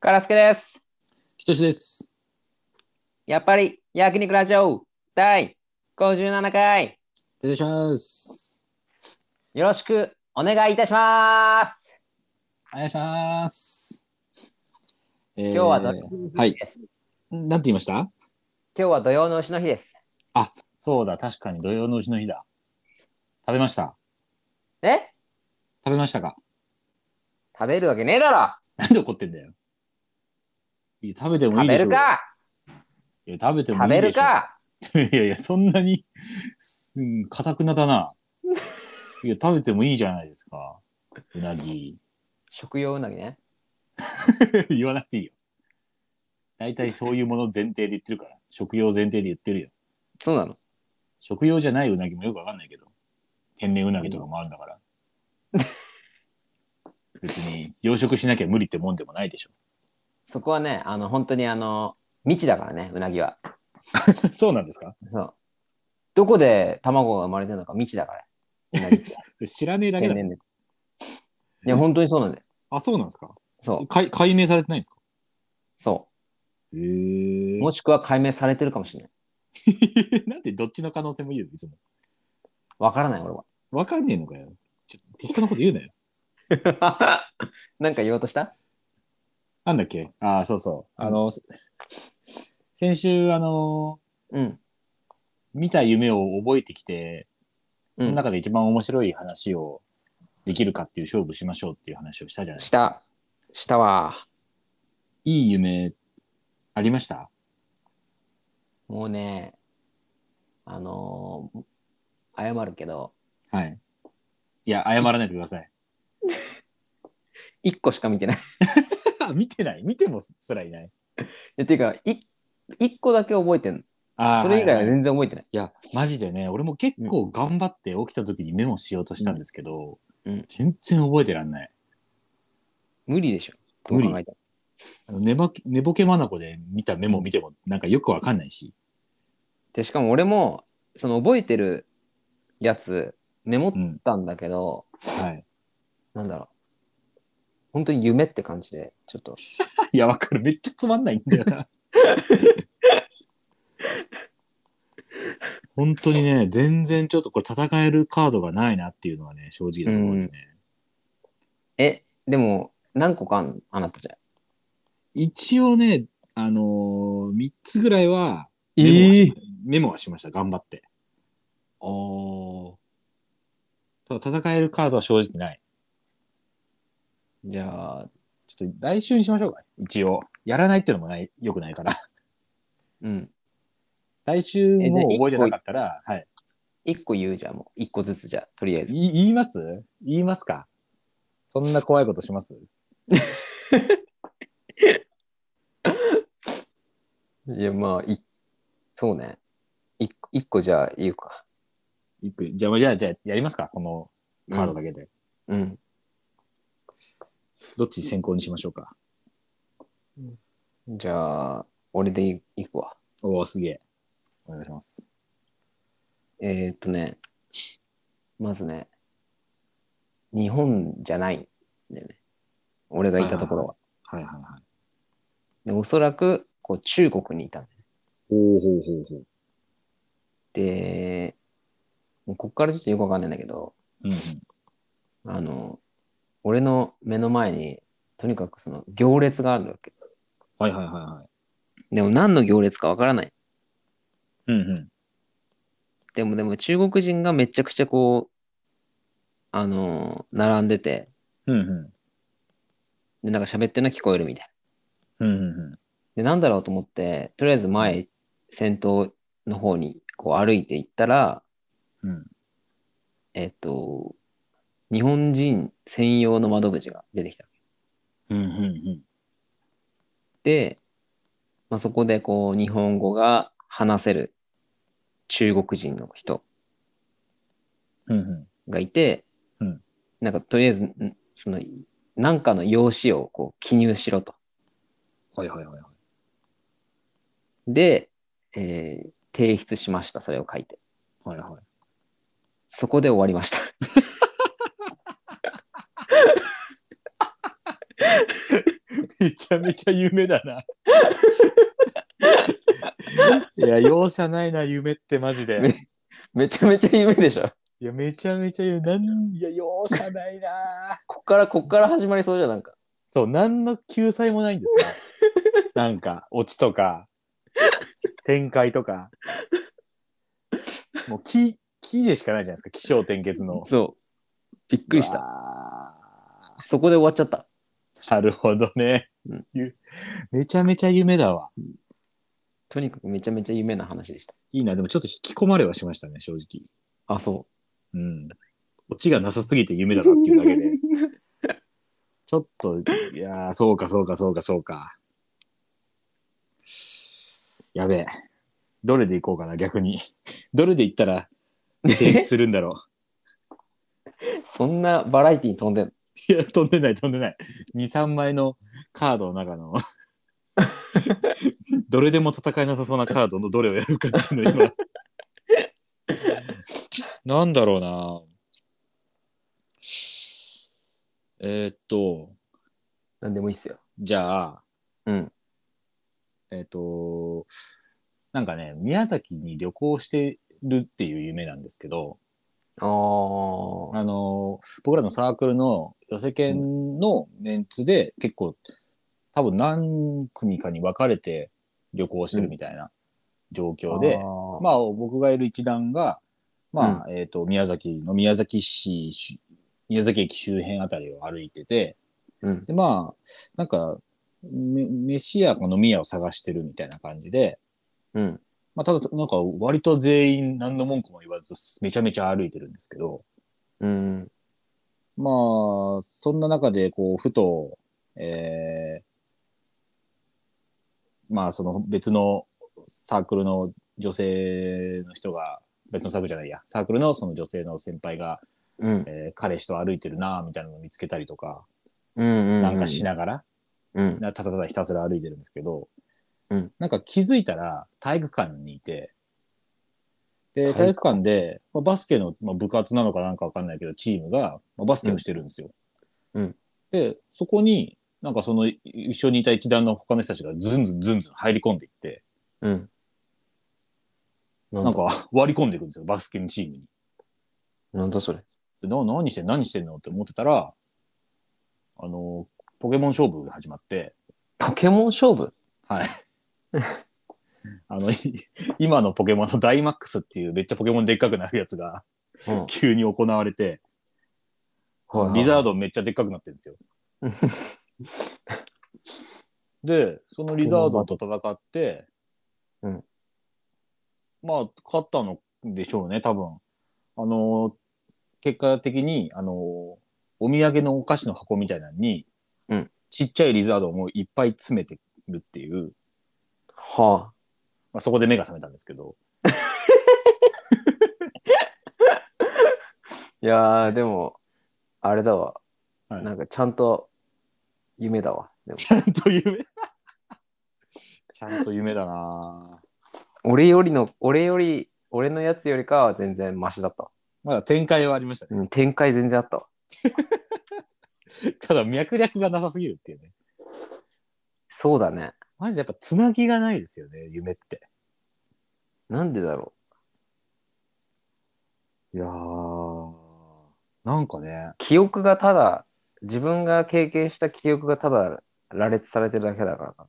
カラスケです。ひとしです。やっぱり焼肉ラジオ第57回いらっしゃいます。よろしくお願いいたします。お願いします。今今日は土曜の日です。なんて言いました今日は土用の丑の日です。あ、そうだ、確かに土曜のうちの日だ。食べました。え食べましたか。食べるわけねえだろなんで怒ってんだよ。いや食べても食いいでべしょるかいや食べても食いいべでるしょかいやいや、そんなに、うん、かたくなだ な。いや、食べてもいいじゃないですか。うなぎ。 食用うなぎね。言わなくていいよ。大体そういうもの前提で言ってるから。食用前提で言ってるよ。そうなの食用じゃないうなぎもよくわかんないけど。天然うなぎとかもあるんだ から。別に養殖しなきゃ無理ってもんでもないでしょ。そこはね、あの、本当にあの、未知だからね、うなぎは。 そうなんですかそう。どこで卵が生まれてるのか未知だから。う なぎって知らねえだけ天だ。然で。いや、本当にそうなんだよ。あ、そうなんですかそう。解解明されてないんですかそへう。えもしくは解明されてるかもしれない。 なんでどっちの可能性も言うのいつも。わからない、俺は。わかんねえのかよ。ちょ適当なこと言うなよ。 なんか言おうとしたなんだっけああ、そうそう。あの、先週、あの、うん。見た夢を覚えてきて、うそのん、中で一番面白い話をできるかっていう勝負しましょうっていう話をしたじゃないですしか。た。したわ。いい夢ありましたもうね、あのー謝るけど、はい。いや、謝らないでください。一個しか見てない。 見てない見てもすらいない。えっていうか、い一個だけ覚えてんの。ああ、それ以外はいいい全然覚えてない。や、マジでね、俺も結構頑張って起きた時にメモしようとしたんですけど、うんうん全然覚えてらんない。無理でしょ。どう考えてもあの寝ぼけ寝ぼけまなこで見たメモ見てもなんかよくわかんないし。で、しかも俺も、その覚えてるやつ、メモっうん。たんだけど、はい。 なんだろう。本当に夢って感じで、ちょっと。いや、わかる。めっちゃつまんないんだ よな。本当にね、全然ちょっとこれ戦えるカードがないなっていうのはね、正直なところでね。え、でも、何個かあんのあなたじゃ。一応ね、あのー、3つぐらいはメモはし,、えメモはしました。頑張って。おただ戦えるカードは正直ない。じゃあ、ちょっと来週にしましょうか。一応。やらないっていうのもない、良くないから。 うん。来週えじゃあも一個覚えてなかったら、はい。一個言うじゃん、もう。一個ずつじゃ、とりあえず。い言います言いますかそんな怖いことしますいや、まあ、い、そうね。一個一個じゃあ言うか。いくじゃあ、じゃあ、じゃあやりますかこのカードだけで。うん。どっち先行にしましょうか。じゃあ、俺でいいくわ。おお、すげえ。お願いします。えー、っとね、まずね、日本じゃないんだよね。俺がいたところは。はいはいはい。でおそらく、こう、中国にいたんだよほうほうほうほう。で、もうこっからちょっとよくわかんないんだけど、うんうん、あの、俺の目の前に、とにかくその行列があるわけ。はいはいはいはい。でも何の行列かわからない。うんうん。でもでも中国人がめちゃくちゃこう、あのー並んでて、うんうん。で、なんか喋ってるの聞こえるみたいな。うんうんうん。で、なんだろうと思って、とりあえず前、先頭の方にこう歩いていったら、うんえっと、日本人専用の窓口が出てきた。うんうんうん。で、まあ、そこでこう、日本語が話せる中国人の人うんうん。がいて、うんなんかとりあえず、んその、なんかの用紙をこう記入しろと。はいはいはいはい。で、えー提出しました、それを書いて。はいはい。そこで終わりました。 めちゃめちゃ夢だな。 いや、容赦ないな、夢ってマジで。めめちゃめちゃ夢でしょ。いや、めちゃめちゃ夢、なん、いや、容赦ないな。こっから、こっから始まりそうじゃん、なんか。そう、何の救済もないんです ね。なんか、オチとか、展開とか。もう、木、木でしかないじゃないですか、気象転結の。そう。びっくりした。た。そこで終わっちゃった。なるほどね、うんゆめちゃめちゃ夢だわ。とにかくめちゃめちゃ夢な話でした。いいな、でもちょっと引き込まれはしましたね、正直。あ、そうん。オチがなさすぎて夢う。だなっていうだけで。 ちょっと、いやーそうか、そうか、そうか、そうか。やべえ。どれでいこうかな、逆に。 どれでいったら 成 立するんだろそんなバラエティに飛んでんのう。いや、飛んでない、飛んでない。2、3枚のカードの中の。どれでも戦えなさそうなカードのどれをやるかっていうのを今なんだろうなえーっとなんでもいいっすよ。じゃあうん。えっ、と、なんかね、宮崎に旅行してるっていう夢なんですけど、あー。あの、僕らのサークルの寄せ犬のメンツで結構、多分何組かに分かれて旅行してるみたいな状況で、あーまあ僕がいる一団が、まあ、えっ、と、宮崎の宮崎市し、宮崎駅周辺あたりを歩いてて、うん。で、まあ、なんか、め飯屋か飲み屋を探してるみたいな感じで、うん。まあ、ただ、なんか、割と全員何の文句も言わず、めちゃめちゃ歩いてるんですけど、うん。まあ、そんな中で、こう、ふと、えー、まあ、その別のサークルの女性の人が、別のサークルじゃないや、サークルのその女性の先輩が、うん。えー彼氏と歩いてるなぁみたいなのを見つけたりとか、うん。なんかしない。ながら、うん。なただただひたすら歩いてるんですけど、うんなんか気づいたら体育館にいて、体で、育体育館で、まあ、バスケの、まあ、部活なのかなんかわかんないけど、チームが、まあ、バスケをしてるんですよ。うんうんで、そこに、なんかそのい一緒にいた一団の他の人たちがずんずんずんずん入り込んでいって、うん。ななんんか、か割り込んでいくんですよ、バスケのチームに。なんだそれ。でな何してんの何してんのって思ってたら、あの、ポケモン勝負が始まって、ポケモン勝負はい。あの、い 今のポケモンのダイマックスっていうめっちゃポケモンでっかくなるやつが うん。急に行われて、はいはいリザードめっちゃでっかくなってる んですよ。で、そのリザードと戦って、うんまあ、勝ったのでしょうね、多分。あの、結果的に、あの、お土産のお菓子の箱みたいなのに、うんちっちゃいリザードをもういっぱい詰めてるっていう、はまあ、そこで目が覚めたんですけど、あ。いやー、でも、あれだわ。はいなんか、ちゃんと、夢だわ。でもちゃんと夢。ちゃんと夢だなぁ俺よりの、俺より、俺のやつよりかは全然マシだったわ。まだ展開はありましたね。うん、展開全然あったわ。ただ脈略がなさすぎるっていうね。そうだね。マジでやっぱつなぎがないですよね、夢って。なんでだろいやー、なんかね、う。記憶がただ、自分が経験した記憶がただ羅列されてるだけだからな。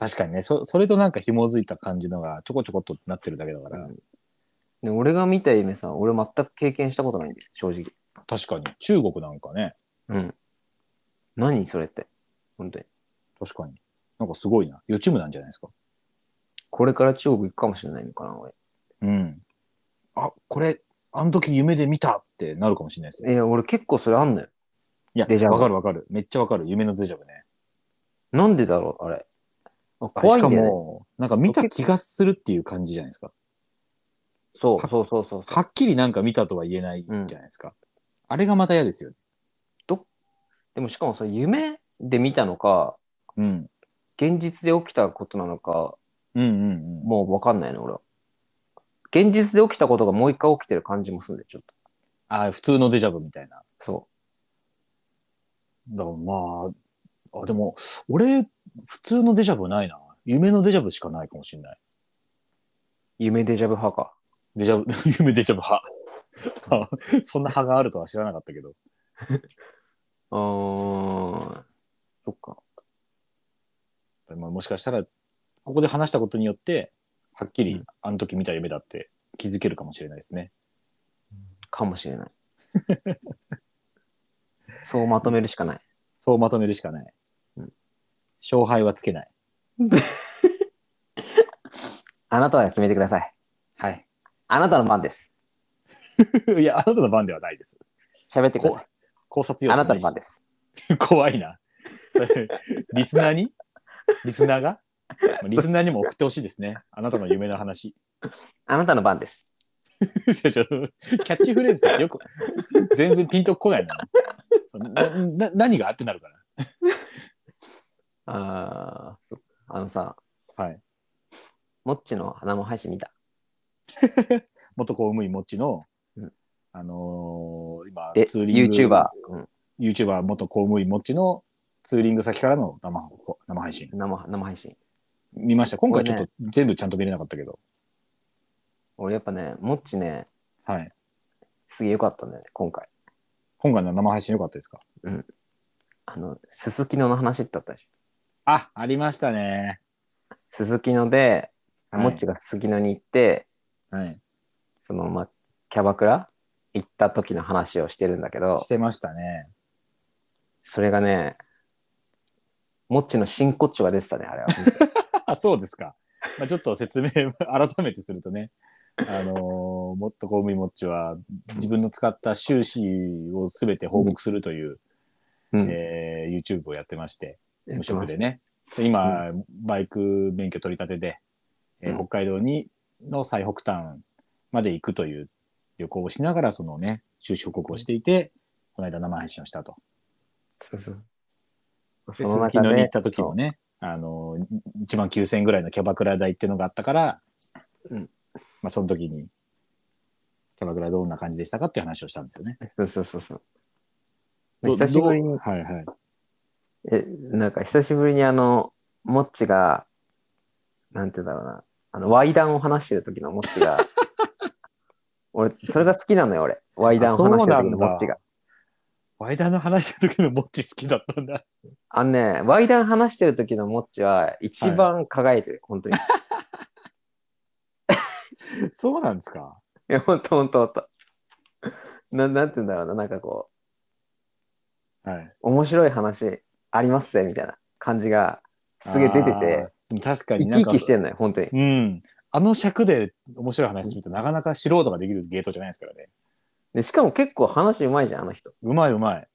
確かにね、そそれとなんか紐づいた感じのがちょこちょこっとなってるだけだから、うんで俺が見た夢さ、俺全く経験したことないんだよ、正直。確かに中国なんかね、うん。何それって。本当に。確かに。なんかすごいな。予知夢なんじゃないですか。これから中国行くかもしれないのかな、俺。うん。あ、これ、あの時夢で見たってなるかもしれないですね。いや、俺結構それあんのよ。いやデジャ、ブわかるわかる。めっちゃわかる。夢のデジャブね。なんでだろう、あれ。ああれ怖いんだよ、ね。しかも、なんか見た気がするっていう感じじゃないですか。そうはそうそうそうそう。はっきりなんか見たとは言えないじゃないですか。あれがまた嫌ですよね。でもしかもそれ夢で見たのか、うん。現実で起きたことなのか、うんうんうん。もうわかんないの、俺は。現実で起きたことがもう一回起きてる感じもするんで、ちょっああ、普通のデジャブみたいな。と。そだからまあ、ああ、でも、俺、普通のデジャブないな。夢のデジャブしかないかもしれない。夢デジャブ派か。デジャブ、 夢デジャブ派。そんな派があるとは知らなかったけど。あー、そっか。まあ、もしかしたら、ここで話したことによって、はっきり、うんあの時見た夢だって気づけるかもしれないですね。かもし れない。そうまとめるしかない。そうまとめるしかない。うん勝敗はつけない。あなたが決めてください。はい。あなたの番です。 いや、あなたの番ではないです。喋ってください。考察要あ素なたなのいし番です。 怖いな。それリスナーにリスナーがリスナーにも送ってほしいですね。あなたの夢の話。 あなたの番です。いやちょっとキャッチフレーズってよく、全然ピンとこないな。なな何があってなるかあー、そっかあのさ、な。はい。もっちの花も配信見た。元公務員もっちの、うんあのー今、え、ツーリング。 YouTuber、うん、 YouTuber 元公務員もっちのツーリング先からの生ほ生配信。生生配信。見ました。今回こちれょっねと全部ちゃんと見れなかったけど。俺やっぱね、もっちね、はい。すげえ良かったんだよね、今回。今回の生配信良かったですかあの、すすきのの話ってあったでしょ。あ、ありましたね。すすきので、もっちがすすきのに行って、はい。その、まあ、キャバクラ行った時の話をしてるんだけど、してましたね。それがね、もっちの真骨頂が出てたね、あれ は。あ、 そうですか。まあ、ちょっと説明、改めてするとね。あのーもっと公務員もっちは自分の使った収支をすべて報告するという、うんえー YouTube をやってまして、や無ってま職しでたね。で今、バイク免許取り立てで、えーうん北海道にの最北端まで行くという旅行をしながら、そのね、収支報告をしていて、この間生配信をしたと。そうそう。そでの鈴木中野にで、行った時のね、あの、1万9000円ぐらいのキャバクラ代っていうのがあったから、うんまあその時に、キャバクラどんな感じでしたかっていう話をしたんですよね。そうそうそうそう。久しぶりどにう、はいはい。え、なんか久しぶりにあの、もっちが、なんて言うんだろうな、あの、ワイダンを話してる時のもっち が、俺、それが好きなのよ、俺。ワイダンを話してる時のもっちが。ワイダーの話した時のモッチ好きだったんだ。あのね、ワイダン話してる時のもっちは、一番輝いてる、本当に。いそうなんですかや、本当本当本当ななんて言うんだろうな、なんかこはい。う、面白い話ありますぜ、みたいな感じが、すげえ出てあーて、。でも確か生になんき生か、きしてんのよ、本当に。うん。あの尺で面白い話するとなかなか素人ができるゲートじゃないですからね。で、しかも結構話うまいじゃん、あの人。うまいうまい。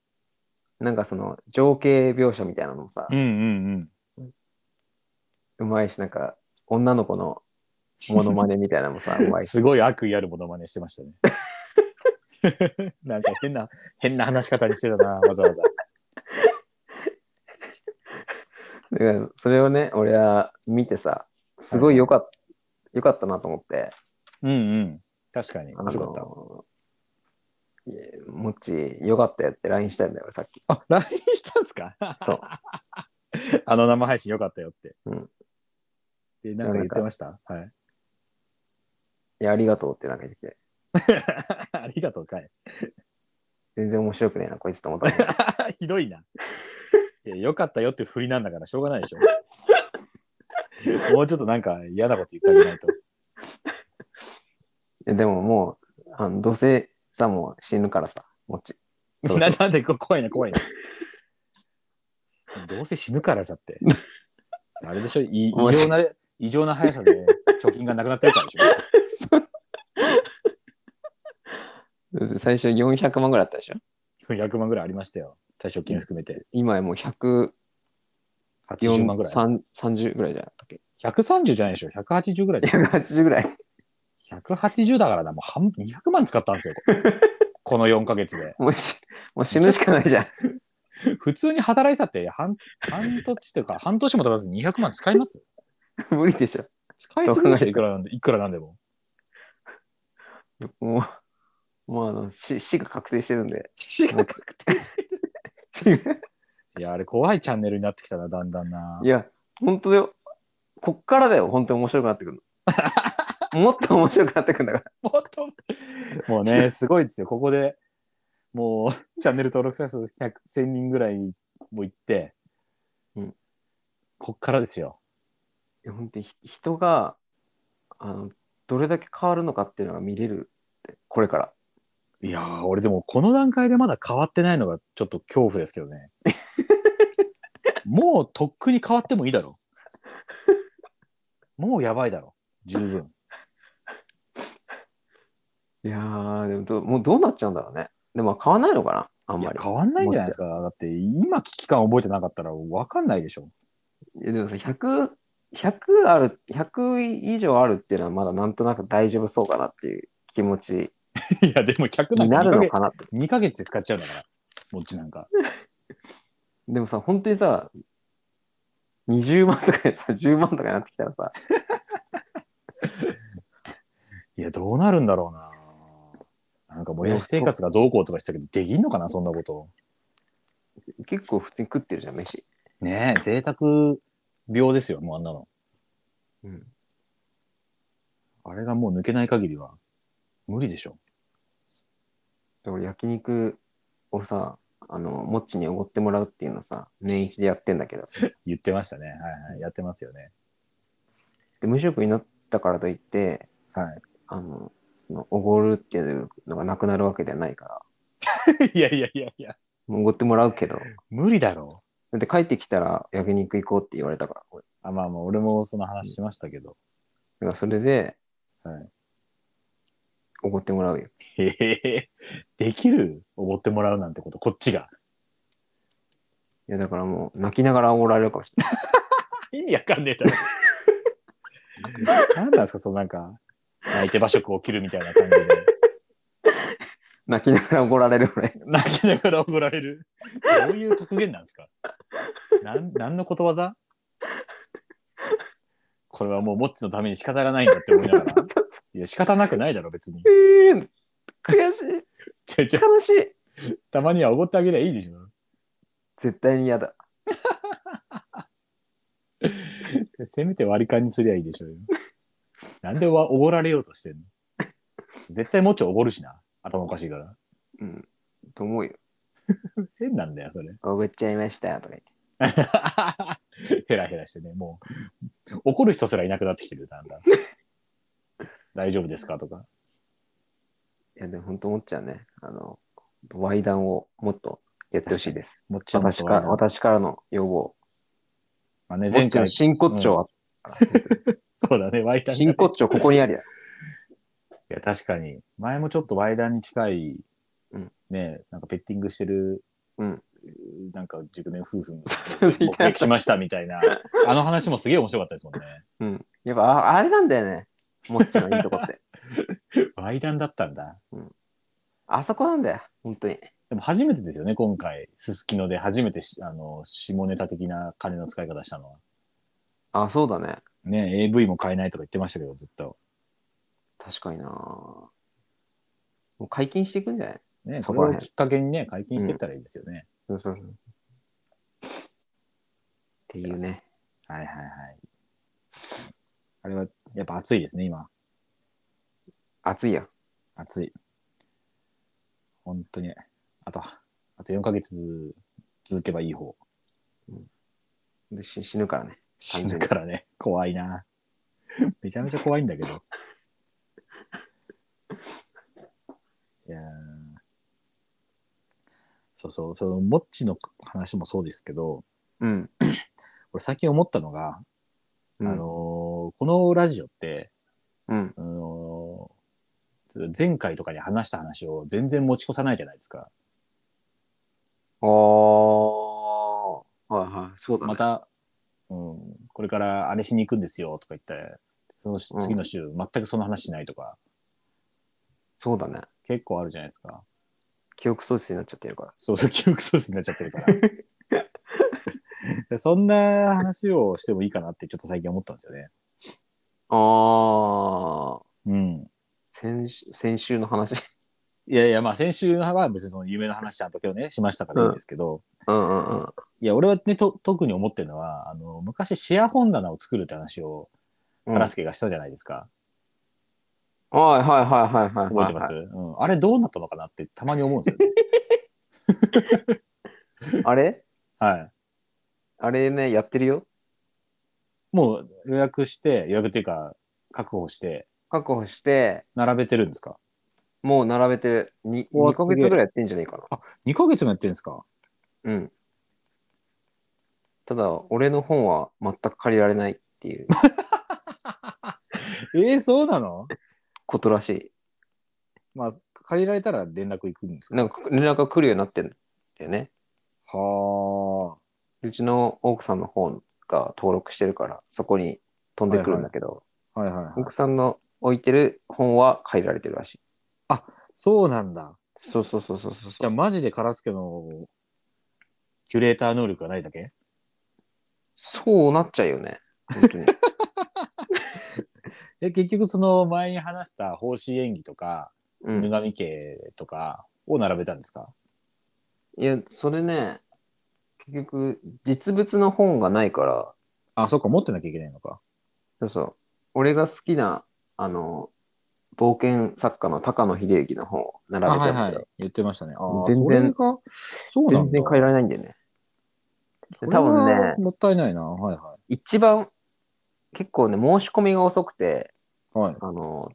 なんかその、情景描写みたいなのもさう、んうんうん。うまいし、なんか、女の子のモノマネみたいなのも さ、うまいし。すごい悪意あるものまねしてました ね。なんか変な、変な話し方にしてたな、わざわざ。だからそれをね、俺は見てさ、すごいよかった、よかったなと思って、うんうん。確かに。あ面の白かっいやもっち、よかったよって LINE したんだよ、俺さっ き。た。あ、LINE したんすかそう。 あの生配信よかったよって。うんで、なんか言ってましたはい。 いや、ありがとうってなんか言ってきて、ありがとうかい。全然面白くねえな、こいつと思 ったの。ひどいな。いや、よかったよって振りなんだからしょうがないでしょ。もうちょっとなんか嫌なこと言ってあげないと。いやでももう、あのどうせさ、もう死ぬからさ、もっち。そうそう ななんでこ怖いな怖いな。どうせ死ぬからさって。あれでしょい異面白い常な、異常な速さで貯金がなくなってるからでしょ最初400万ぐらいあったでしょ ?100 万ぐらいありましたよ。退職金含めて。今やもう100、 80万ぐらい。 30ぐらいじゃなかったっけ130じゃないでしょ ?180 ぐら いです。 ?180 ぐらい。 180だからな。もう半分、200万使ったんですよ。これこの4ヶ月で。もうしもう死ぬしかないじゃん。普通に働いてたって半、半年 というか、半年も経たずに200万使います 無理でしょ。使いすぎでしょいくらなんで、いくらなんでも。もう、もうあの、死死が確定してるんで。死が確定死がいや、あれ怖いチャンネルになってきたな、だんだん な。いや、本当だよ。こっからだよ、本当に面白くなってくる の。もっと面白くなってくるんだから。もっともうね、すごいですよ。ここでもう、チャンネル登録者数100 1000人ぐらいも行って、うんこっからですよ。いや本当にひ人があのどれだけ変わるのかっていうのが見れるって、これから。いやー、俺でもこの段階でまだ変わってないのがちょっと恐怖ですけど ね。もうとっくに変わってもいい だろ。もうやばいだろ。十分。いやー、でもどもうどうなっちゃうんだろうね。でも変わんないのかな、あんいまやり。変わんないんじゃないですか。だって今危機感覚えてなかったら分かんないでしょ。いやでもさ、100、100ある、100以上あるっていうのはまだなんとなく大丈夫そうかなっていう気持ちいや、でも100なにんなるか2ヶの月かなって。 2ヶ月で使っちゃうんだから。もっちなんか。でもさ、本当にさ、20万とかでさ、10万と かになってきたらさ、いや、どうなるんだろうな。なんか、もやし生活がどうこうとかしたけど、できんのかな、そんなこと。結構普通に食ってるじゃん、飯。ねえ、贅沢病ですよ、もうあんなの。うん。あれがもう抜けない限りは、無理でしょ。で俺、焼肉をさ、あの、もっちにおごってもらうっていうのさ、年一でやってんだけど。言ってましたね。はいはい。やってますよね。で、無職になったからといって、はあの、そのおごるっていうのがなくなるわけではないから、い。 いやいやいやいや、もうおごってもらうけど、無理だろだって帰ってきたら焼肉行こうって言われたから、俺う。あ、まあまあ、俺もその話しましたけど。だからそれで、はい。おごってもらうよ。へえ、できるおごってもらうなんてこと、こっちが。いや、だからもう泣きながらおごられるかもしれない。 意味わかんねえだろ。 なんなんですか、そのなんか、泣いて馬食を切るみたいな感 じで。泣きながらおごられる俺。泣きながら怒られる。どういう格言なんですかなん何のことわざこれはもうモッチのために仕方がないんだって思いながら。いや、仕方なくないだろ、別 に。えー 悔しい。ちょいちょい悲しい。たまにはおごってあげりゃいいでしょ。絶対に嫌だ。せめて割り勘にすりゃいいでしょうよ。なんでわおごられようとしてんの絶対モッチおごるしな。頭おかしいから。うん。と思うよ。変なんだよ、それ。 おごっちゃいましたとか言って。ヘラヘラしてね、もう、怒る人すらいなくなってきてる、だ んだん。大丈夫ですかとか。いや、でも本当思っちゃうね。あの、ワイダンをもっとやってほしいです。もっちゃんの私かま私からの要望。あね、前前回回、真骨頂は、そうだね、ワイダンが真ね、骨頂ここにありだ。いや、確かに。前もちょっとワイダンに近い、うんね、なんかペッティングしてる、うんなんか熟年夫婦 にそうそう 目撃しましたみたいな、あの話もすげえ面白かったですもんね。うん。やっぱあ、あれなんだよね。もっちのいいとこ って。ワイダンだったんだ。あそこなんだよ。本当に。でも初めてですよね、今回。すすきので初めてし、あの、下ネタ的な金の使い方したのは。あ、そうだね。ね、AV も買えないとか言ってましたけど、ずっと。確かになもう解禁していくんじゃないね、そここられ辺をきっかけにね、解禁していったらいいですよね。そうそうそう。っていうね。はいはいはい。あれは、やっぱ暑いですね、今。熱いよ。暑い。本当に。あと、あと4ヶ月続けばいい方。でし死ぬからね。死ぬからね。怖いな。めちゃめちゃ怖いんだけど。いやーそうそう、その、もっちの話もそうですけど、うん。俺最近思ったのが、うんあのー、このラジオって、うん。あのー前回とかに話した話を全然持ち越さないじゃないですか。おー。はいはい。そうだね。また、うん、これからあれしに行くんですよとか言って、そのしうん次の週、全くその話しないとか、そうだね。結構あるじゃないですか。記憶喪失になっちゃってるから。そうそう、記憶喪失になっちゃって るから。でそんな話をしてもいいかなってちょっと最近思ったんですよね。あー。うん。先週先週の話。 いやいや、まあ先週は別にその夢の話ちゃんと今日ね、しましたからいいんですけど、うんうんうん。いや、俺はね、と特に思ってるのは、あの、昔シェア本棚を作るって話を、うんカラスケがしたじゃないですか。はいはいはいはいはいはい。覚えてます、うん、あれどうなったのかなってたまに思うんですよ。 あれはい。あれね、やってるよ。もう予約して、予約っていうか、確保して、確保して、並べてるんですかもう並べてる。2, うわ2ヶすげ月えぐらいやってんじゃないか ?2 ヶ月もやってるんですかな。うん。ただ、俺の本は全く借りられないって いうえー、そうなのことらしい。まあ、借りられたら連絡行くんですかなんか連絡が来るようになってんだよね。はうちの奥さんの方が登録してるから、そこに飛んでくるんだけど、あ。はいはいはい。奥さんの置いてる本は借りられてるらしい。そうなんだ。そうそうそうそうそう。じゃあマジでカラスケのキュレーター能力がないだけそうなっちゃうよね。本当 に。え結局その前に話した奉仕演技とか、うんぬがみ家とかを並べたんですかいや、それね、結局、実物の本がないから、あ、そっか、持ってなきゃいけないのか。そうそう、俺が好きな、あの、冒険作家の高野秀幸の本を並べてるんだけど、言ってましたね。あー全然それが、そうなんだ全然変えられないんだよね。そ多分れはね、もったいないな。はいは一番、結構ね、申し込みが遅くて、い。はい。あの、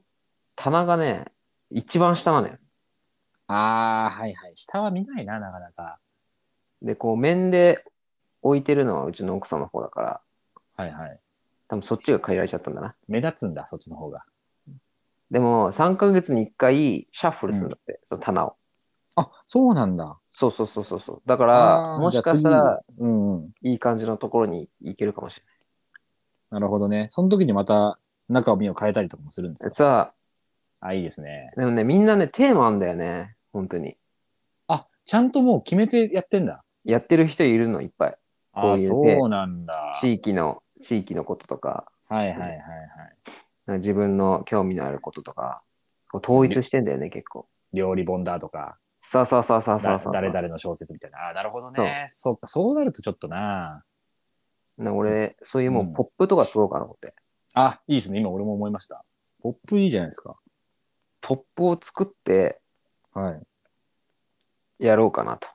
棚がね、一番下なのよ。ああ、はいはい。下は見ないな、なかなか。で、こう、面で置いてるのはうちの奥さんの方だから、はいはい。多分そっちが借りられちゃったんだな。目立つんだ、そっちの方が。でも、3ヶ月に1回シャッフルするんだって、その棚を。あ、そうなんだ。そうそうそうそうそう。だから、あーもしかした、らじゃあ次うんうん。いい感じのところに行けるかもしなるほどね。その時にまた中を見を変えたりとかもするんでれなすい。かさあ、いいですね。あ、でもね、みんなね、テーマあんだよね。本当に。あ、ちゃんともう決めてやってんだ。やってる人いるのいっぱい。こうあー、いうそうなんだ。地域の、地域のこととか、はいはいはいはい。自分の興味のあることとか、こう統一してんだよね、結構。料理本だとか、さあさあさあさあさだあさあ。誰々の小説みたいな。あー、なるほどね。そうか、そうなるとちょっとな。な俺、そういうもうんうポップとか作ろうかなと思って。あ、いいですね。今俺も思いました。ポップいいじゃないですか。ポップを作ってはい。やろうかなと。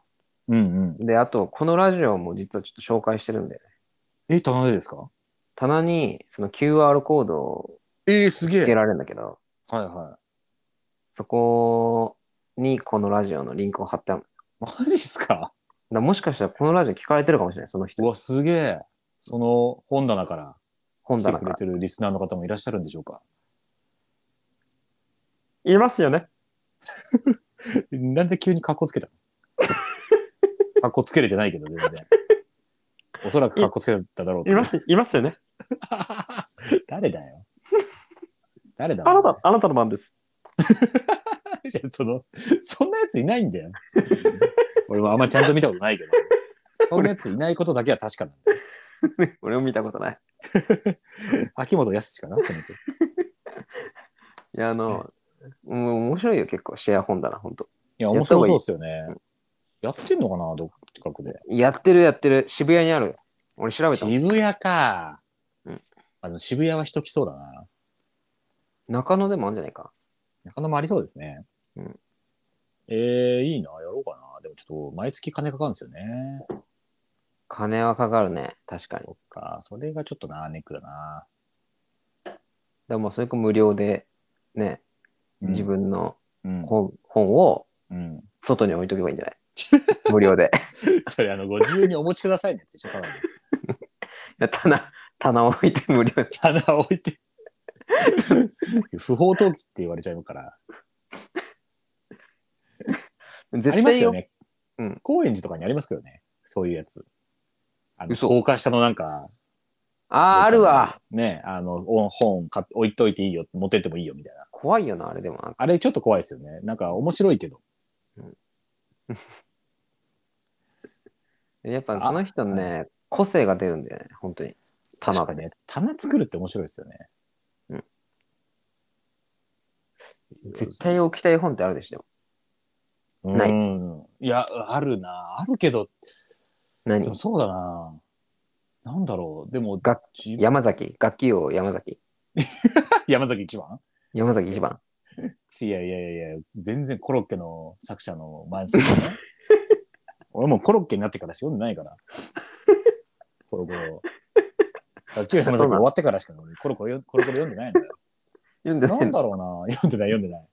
うんうん。で、あと、このラジオも実はちょっと紹介してるんで、ね、え、頼んでですか棚にその QR コードをえー、すげつけられるんだけど、はいはそこにこのラジオのリンクを貼ってある。だかい。マジっすからもしかしたらこのラジオ聞かれてるかもしれない、その人う。わ、すげえ。その本棚から本来て棚かくれら。てるリスナーの方もいらっしゃるんでしょうかいますよね。なんで急に格好つけ たの格好つけれてないけど、全然。おそらく格好つけただろうと。す、いますよ ね。 誰だよ。誰だお前あなたの番です。いやその、そんなやついないんだよ。俺もあんまちゃんと見たことないけど。そんなやついないことだけは確かなんだよ。俺も見たことない。秋元康かな、せめて。いや、あの、もう面白いよ、結構、シェア本棚、ほんと。いや、や面った白方がいいそうですよね。やってんのかな、ど近くで。やってるやってる。渋谷にある。俺調べたもん。渋谷か。うんあの渋谷は人来そうだな。中野でもあるんじゃないか。中野もありそうですね。うんえー、いいな、やろうかな。でもちょっと、毎月金かかるんですよね。金はかかるね、確かに。そっか、それがちょっとな、ネックだな。でも、それか無料で、ね、うん自、分のうん本,、本をうん。外に置いとけばいいんじゃ ない無料で。 それ、あの、ご自由にお持ちくださいねって言っちゃったのに棚、棚置いて無料で。棚を置い て。不法投棄って言われちゃうから。絶ありますよね。うん高円寺とかにありますけどね。そういうやつ。あの、嘘高架下のなんか。ああ、あるわ。。ね、あの、お本買っ置いといていいよ、持ってってもいいよみたいな。怖いよな、あれでもなんか。あれちょっと怖いですよね。なんか面白いけど。やっぱその人のね、個性が出るんだよね、本当に。棚確がかね。ね、棚作るって面白いですよね。うん絶対置きたい本ってあるでしょ。うんないいや、あるな。あるけど、で何もそうだな。なんだろう。でも、が自分山崎楽器王山崎山崎一番山崎一番いやいやいやいや、全然コロッケの作者の前ですね。 俺もうコロッケになってからしか読んでないから。コロコロ。今日山そうなの崎終わってからしか俺コロコロよコロコロ読んでないんだよ。読んでなないんだろうな。読んでない読んでない。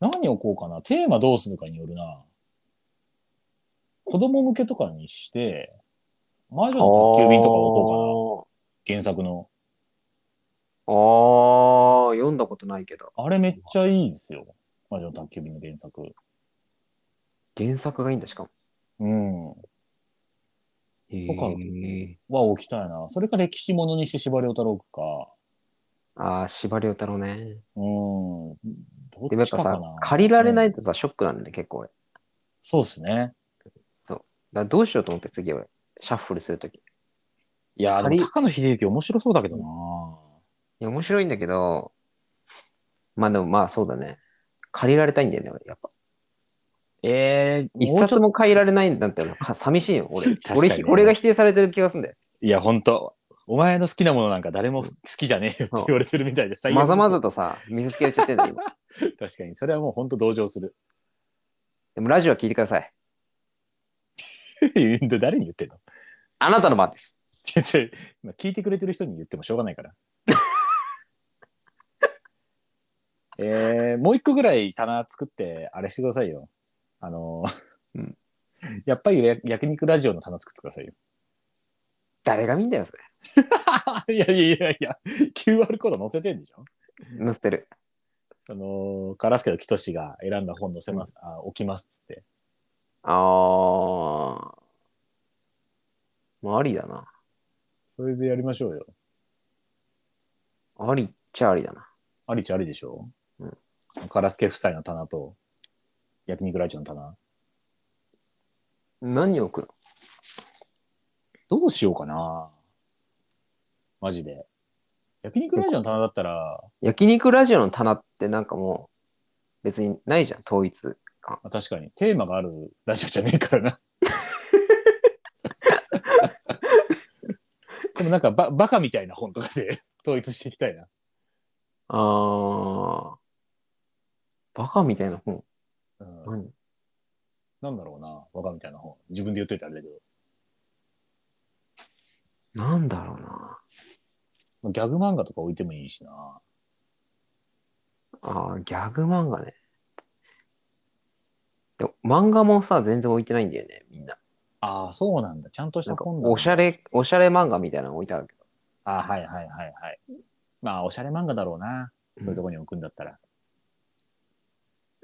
何をこうかな。テーマどうするかによるな。子供向けとかにして、魔女の宅急便とかをこうかな。原作の。あーあー読んだことないけどあれめっちゃいいですよ。魔女の宅急便の原作。原作がいいんだしかもうん。へかーは置きたいな。それか歴史ものにして司馬遼太郎か。ああ司馬遼太郎ねうん。でもどやっっちぱかかさな。借りられなうんいとさショックなんだね結構俺だかそうですね。らどうしようと思って次俺シャッフルするときいいやー、借でりも高野秀幸面白そうだけどな。や面白いんだけどまあでもまあそうだね借りられたいんだよね俺やっぱええ一冊も借りられないんだってのか寂しいよ俺 確かに俺ねひ俺が否定されてる気がするんだよいや、本当お前の好きなものなんか誰も好きじゃねえよって言われてるみたいで、最悪まですざまざ。とさ見せつけられちゃってんだよ今確かに、それはもう本当同情する。 でもラジオは聞いてくださいで誰に言ってんのあなたの番ですちょちょ今聞いてくれてる人に言ってもしょうがないから。 えー、もう一個ぐらい棚作って、あれしてくださいよ。あのーうんやっぱりや焼肉ラジオの棚作ってくださいよ。 誰が見んだよそれいやいやいやいや、QR コード載せてんでしょ載せてるあのー、カラスケとキトシが選んだ本載せます、あ置きますっつって。あーまあありだなそれでやりましょうよ。ありっちゃありだなありっちゃありでしょ、うカラスケ夫妻の棚と、焼肉ラジオの棚。何を置くのどうしようかな。マジで。焼肉ラジオの棚だったら、焼肉ラジオの棚ってなんかもう別にないじゃん統一まあ確かにテーマがあるラジオじゃねえから な。でもなんかババカみたいな本とかで 統一していきたいな。あーバカみたいな本うん、何なんだろうな、バカみたいな本。自分で言っといてあれだけど。なんだろうなまあギャグ漫画とか置いてもいいしな。ああ、ギャグ漫画ね。でも漫画もさ、全然置いてないんだよね、みんな。ああ、そうなんだ。ちゃんとしなたんか、本だ。おしゃれ、おしゃれ漫画みたいなの置いてあるけど。ああ、はいはいはいはい。まあ、おしゃれ漫画だろうな。そういうとこに置くんだった ら。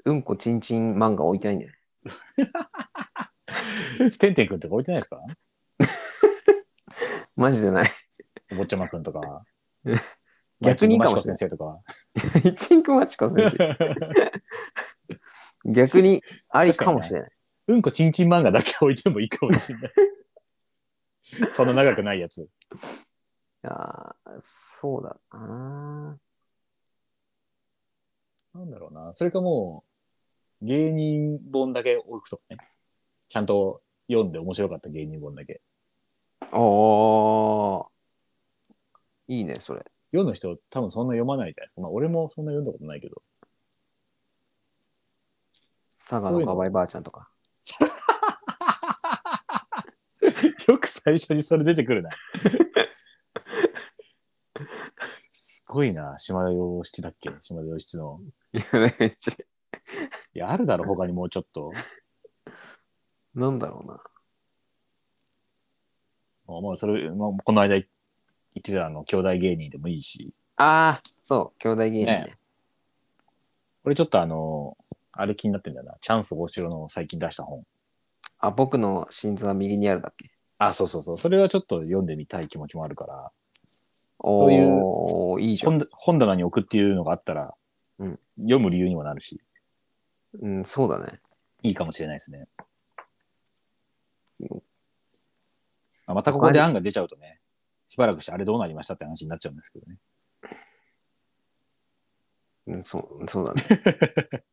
うんこちんちん漫画置いてないんだよね。てんてんくんとか置いてないですかマジでない。お坊ちゃまくんとか。逆にいいか マもシしれコ先生とか。ない。ちんくまちこ先 生。逆にありかもしれない。うんこちんちん漫画だけ置いてもいいかもしれない。そんな長くないやつ。ああ、そうだな。なんだろうな。それかもう、芸人本だけ置くとかね。ちゃんと読んで面白かった芸人本だけ。おー。いいね、それ。読む人多分そんな読まないじゃないですか。まあ俺もそんな読んだことないけど。佐賀そのういうのかわいばあちゃんとか。よく最初にそれ出てくるな。すごいな。島田洋七だっけ島田洋七の。いやめっちゃいや、あるだろ、他にもうちょっと。 なんだろうな。まあまあ、それ、まあ、この間言ってたあの、兄弟芸人でもいいし。ああ、そう、兄弟芸人ね。ねこれちょっとあの、あれ気になってんだよな。チャンス大城の最近出した本。あ、僕の心臓は右にあるだっけあ、そうそうそう。それはちょっと読んでみたい気持ちもあるから、そういうう。いいじゃん。本本棚に置くっていうのがあったら、うん読む理由にもなるし、うん、そうだね。いいかもしれないですねうん。あまたここで案が出ちゃうとね、しばらくしてあれどうなりましたって話になっちゃうんですけどね。うん、そう、そうだね。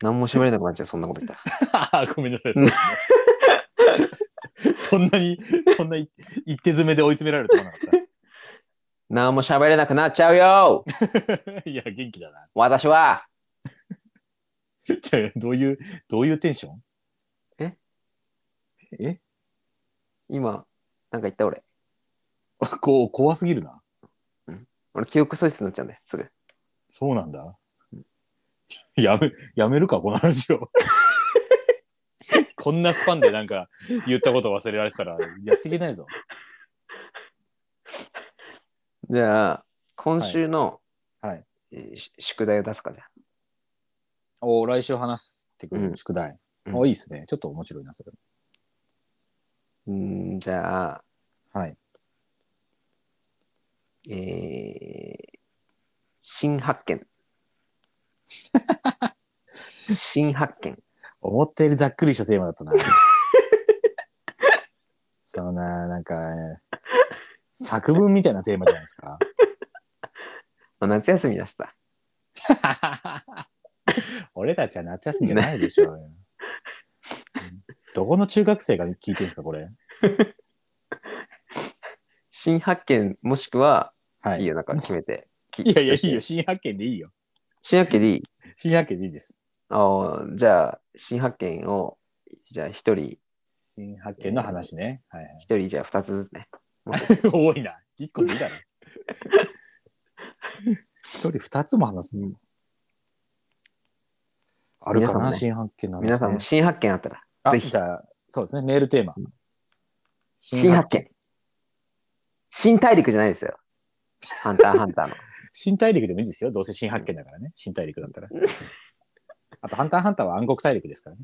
何も喋れなくなっちゃう、そんなこと言ったら。 あーごめんなさい、そうですね。そんなに、そんな一一手詰めで追い詰められると思わな何も喋れなくなっちゃうよかった。 いや、元気だな。私はじゃあどういう、どういうテンションええ今、なんか言った俺。こう、怖すぎるな。俺、記憶喪失になっちゃうんだよ、すぐ。そうなんだ。やめ、やめるか、この話を。 こんなスパンでなんか言ったこと忘れられてたらやっていけないぞ。じゃあ、今週の、はいはいえーし宿題を出すかじゃあお来週話してくうんる宿題。うんおいいですね。ちょっと面白いな、それ。うーん、じゃあ、はい。えー、新発 見。新発見。思ったよりざっくりしたテーマだっ たな。そのな、なんか、作文みたいなテーマじゃないですか。 まあ夏休みだしさ。俺たちは夏休みじゃないでしょうよ。どこの中学生が聞いてるんですか、これ。新発見もしくは、はい。いいよ、なんか決め て。きいやいや、いいよ。。新発見でいいよ。新発見でいい新発見でいいです。あーじゃあ、新発見を、じゃあ一人、新発見の話ね。はいはい。一人じゃあ二つずつね。 多いな。一個でい いだろ。一人二つも話すの。あるかな、皆さんもね新発見の話、ね。皆さんも新発見あったら、あ、ぜひじゃあ、そうですね。メールテーマ。新発見。新大陸じゃないですよ。ハン ターハンターの。新大陸でもいいですよ。どうせ新発見だからね。新大陸だ ったら。あと、ハンターハンターは暗黒大陸ですからね。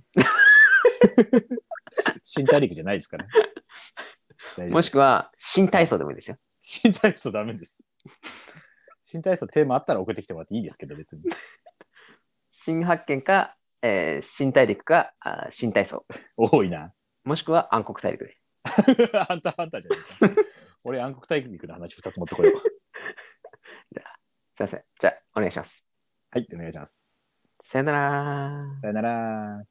新大陸じゃないですから。大丈夫ですもしく、は、新体操でもいいですよ。新体操ダメです。新体操テーマあったら送ってきてもらっていいですけど、別に。新発見か、えー新大陸か、あー新体操。多いな。もしくは暗黒大陸で。 ハンターハンターじゃないか。俺、暗黒大陸の話2つ持ってこよう。すいません。じゃあ、お願いします。はい、お願いします。さよなら。さよなら。